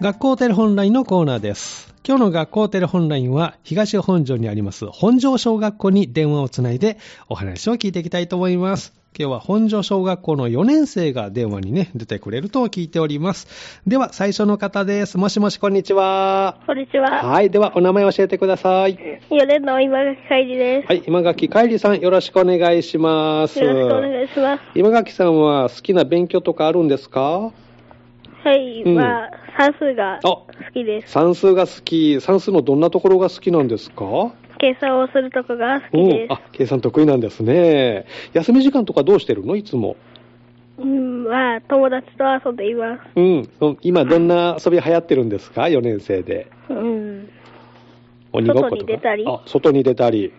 学校テレホンラインのコーナーです。今日の学校テレホンラインは東本庄にあります本庄小学校に電話をつないでお話を聞いていきたいと思います。今日は本庄小学校の4年生が電話にね、出てくれると聞いております。では最初の方です。もしもしこんにちは。こんにちは。はい、ではお名前教えてください。 4年の今垣海里ではい、今垣かえりさんよろしくお願いします。す。よろしくお願いします。今垣さんは好きな勉強とかあるんですかはい、うんまあ、算数があ好きです。算数が好き。算数のどんなところが好きなんですか計算をするとこが好うきんで。あ、計算得意なんですね。休み時間とかどうしてるのいつも。す。うん、まあ、友達と遊んでいまうん。そ今どんな遊び流行ってるんですか ?4 年生で。す。うん。鬼ごっことか。外に出たりあ、外に出たり。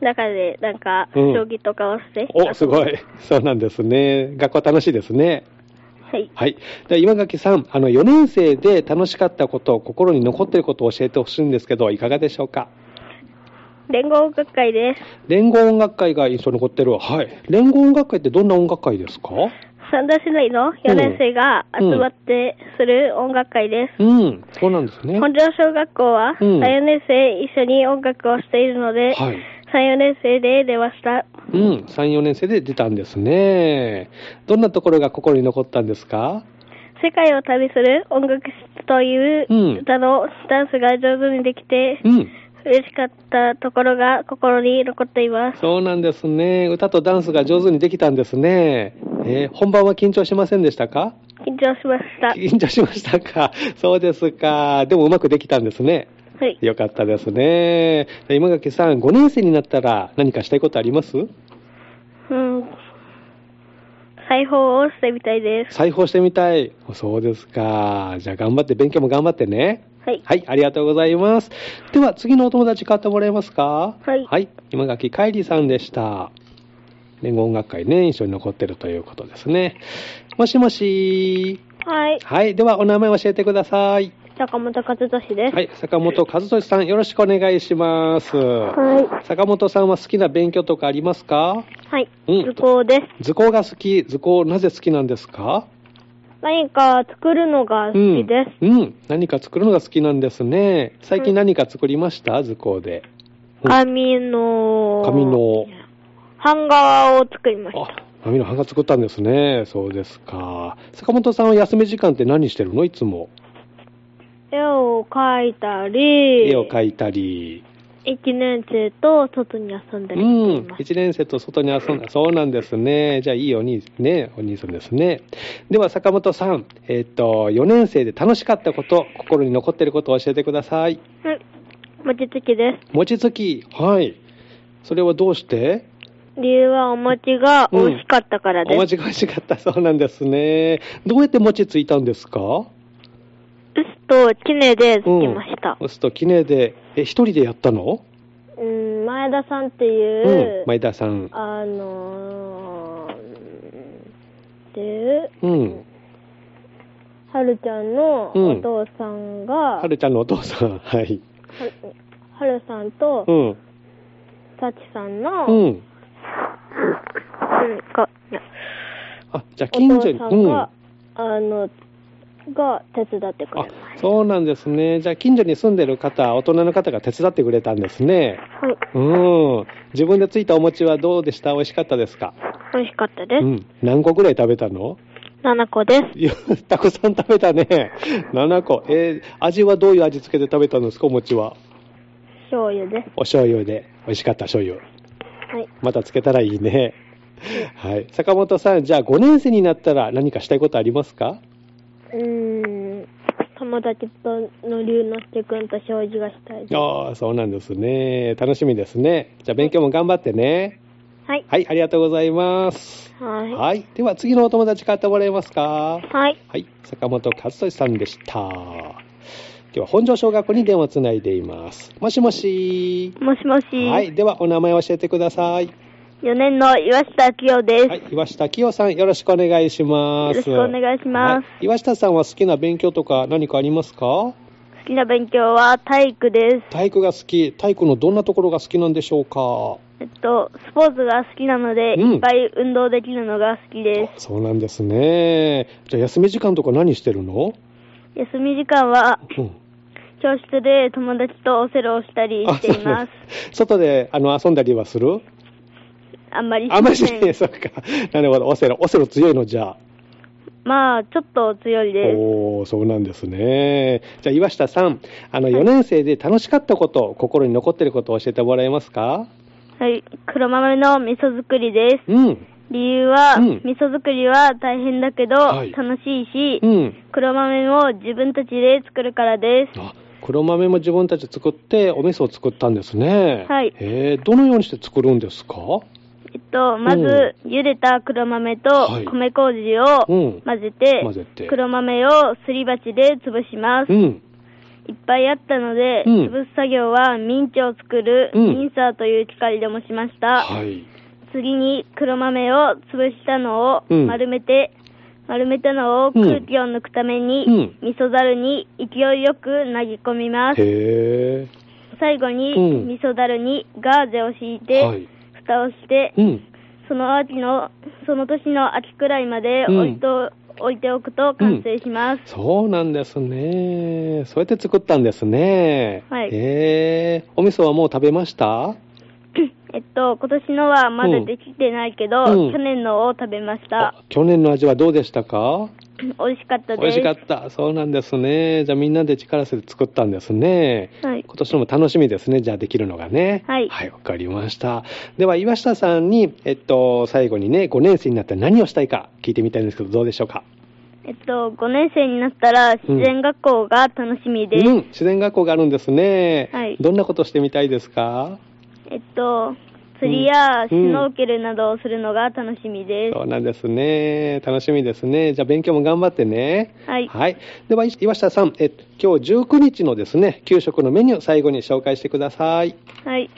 中で、なんか、うん将棋とかをして。お、すごい。い。 そうなんですね。学校楽しいですね。はい。はい。では今垣さん、あの、4年生で楽しかったこと、心に残っていることを教えてほしいんですけど、いかがでしょうか連合音楽会です。連合音楽会が印象に残ってる。はい。連合音楽会ってどんな音楽会ですか三田市内の4年生が集まってする音楽会です。うん。そうなんですね。本庄小学校は、うん3、4年生一緒に音楽をしているので、はい。 3、4年生で出ました。うん。3、4年生で出たんですね。どんなところが心に残ったんですか世界を旅する音楽室というんう歌のダンスが上手にできて、うん。嬉しかったところが心に残っています。そうなんですね。歌とダンスが上手にできたんですね。えー本番は緊張しませんでしたか緊張しました。は緊張しましたか。そうですか。でもうまくできたんですね。い。よかったですね。で今垣さん、5年生になったら何かしたいことありますうん。裁縫をしてみたいです。裁縫してみたい。そうですか。じゃあ頑張って、勉強も頑張ってね。はい。はい、ありがとうございます。では、次のお友達買ってもらえますかはい今垣かえりさんでした。連合音楽会ね、印象に残ってるということですね。もしもし。はい。はい、ではお名前教えてください。坂本和俊ではい、坂本和俊さん、よろしくお願いします。は坂本さんは好きな勉強とかありますかい。はいうん図工です。図工が好き。図工、なぜ好きなんですか何か作るのがうん。うん何か作るのが好きなんですね。最近何か作りました図工で。うん紙の紙の。版画を作りまあ、紙の版画作ったんですね。そうですか。坂本さんは休み時間って何してるのいつも。絵を描いたり絵を描いたり。一年生と外に遊んだうりしていんま。す。一年生と外に遊んだ。そうなんですね。じゃあいいお兄、ね、お兄さんですね。では坂本さん、えっと、4年生で楽しかったこと、心に残っていることを教えてください。はい。餅つきです。餅つき。はい。それはどうして理由はお餅が美味しかったからです。お餅が美味しかったそうなんですね。どうやって餅ついたんですか臼と杵でつきました。うん、すときねで、え、一人でやったのうん、前田さんってういん、前田さん。あのー、っていう、うん。はるちゃんのうんお父さんが、はるちゃんのお父さん。 はい。はるはるさんとう、ん。さちさんの、ううんん。かいやあ、じゃあお近所父に。さうんんが、。あの、が手伝ってくれあました。、そうなんですね。じゃあ近所に住んでる方、大人の方が手伝ってくれたんですね。はい、うん。自分でついたお餅はどうでした美味しかったですか美味しかったでうす。ん。何個ぐらい食べたの7個です。いや たくさん食べたね。7個。えー味はどういう味付けで食べたんですかお餅は。醤油です。お醤油で。美味しかった醤油。はい。またつけたらいいね。 はい。坂本さん、じゃあ5年生になったら何かしたいことありますかうーん。友達との龍之介くんと障子がしたいです。ああ、そうなんですね。楽しみですね。じゃあ勉強も頑張ってね。はい。はい、ありがとうございます。ははい。では、次のお友達買ってもらえますかい。はい。はい。坂本和俊さんでした。今日は本庄小学校に電話つないでいます。もしもし。もしもし。はい。では、お名前を教えてください。 4年の岩下明夫です。はい。岩下清さん、よろしくお願いします。よろしくお願いしますはい岩下さんは好きな勉強とか何かありますか好きな勉強は体育です。体育が好き。体育のどんなところが好きなんでしょうかえっと、スポーツが好きなので、うんいっぱい運動できるのが好きです。そうなんですね。じゃあ、休み時間とか何してるの休み時間は、うん教室で友達とオセロをしたりあしています。そう外であの遊んだりはするあんまりしあんままりしせない、ん。そうか。なるほど、オセロ。オセロ強いの、じゃあ。まあ、ちょっと強いです。おー、そうなんですね。じゃあ、岩下さん、あの、はい4年生で楽しかったこと、心に残ってることを教えてもらえますかはい。黒豆の味噌作りです。うん。理由は、うん味噌作りは大変だけど、はい楽しいし、うん。黒豆も自分たちで作るからです。あ、黒豆も自分たちで作って、お味噌を作ったんですね。はいえー、どのようにして作るんですかえっと、まず、茹でた黒豆とはい米麹をうん混ぜて、混ぜて黒豆をすり鉢で潰します。うん。いっぱいあったので、うん潰す作業はミンチを作るうんミンサーという機械でもしました。はい。次に黒豆を潰したのをうん丸めて、丸めたのをうん空気を抜くために、うん味噌樽に勢いよく投げ込みます。へ最後に、うん味噌樽にガーゼを敷いえ。て、はい。蓋をして、うん。その秋の、その年の秋くらいまでうん置いと、置いておくと完成します。そうなんですね。そうやって作ったんですね。はいへえ。お味噌はもう食べました えっと、今年のはまだできてないけど、うん去年のを食べました。あ去年の味はどうでしたか美味しかったです。美味しかった。そうなんですね。じゃあみんなで力を合わせて作ったんですね。はい。今年のも楽しみですね。じゃあできるのがね。はいはい、わかりました。では、岩下さんに、えっと、最後にね、5年生になったら何をしたいか聞いてみたいんですけど、どうでしょうかえっと、5年生になったら自然学校が楽しみです。うん、自然学校があるんですね。はいどんなことしてみたいですかえっと、釣りやシュノーケルなどをするのが楽しみです。そうなんですね。楽しみですね。じゃあ勉強も頑張ってね。はいでは、岩下さん、えっと今日19日のですね、給食のメニュー、最後に紹介してください。はい。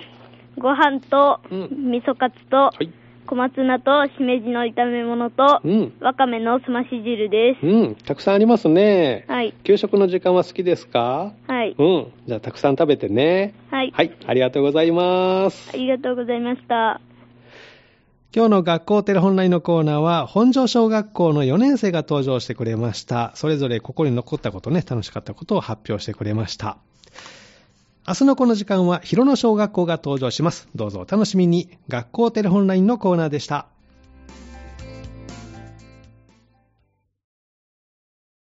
ご飯と、うん味噌カツと、はい。小松菜と、しめじの炒め物と、うん。わかめのすまし汁でうん。たくさんありますねす。。はい。給食の時間は好きですかはい。うん。じゃあ、たくさん食べてね。はい。ありがとうございますあ。りがとうございました。今日の学校テレホンラインのコーナーは、本庄小学校の4年生が登場してくれました。それぞれ心に残ったことね、楽しかったことを発表してくれました。明日のこの時間は、広野小学校が登場します。どうぞお楽しみに。学校テレホンラインのコーナーでした。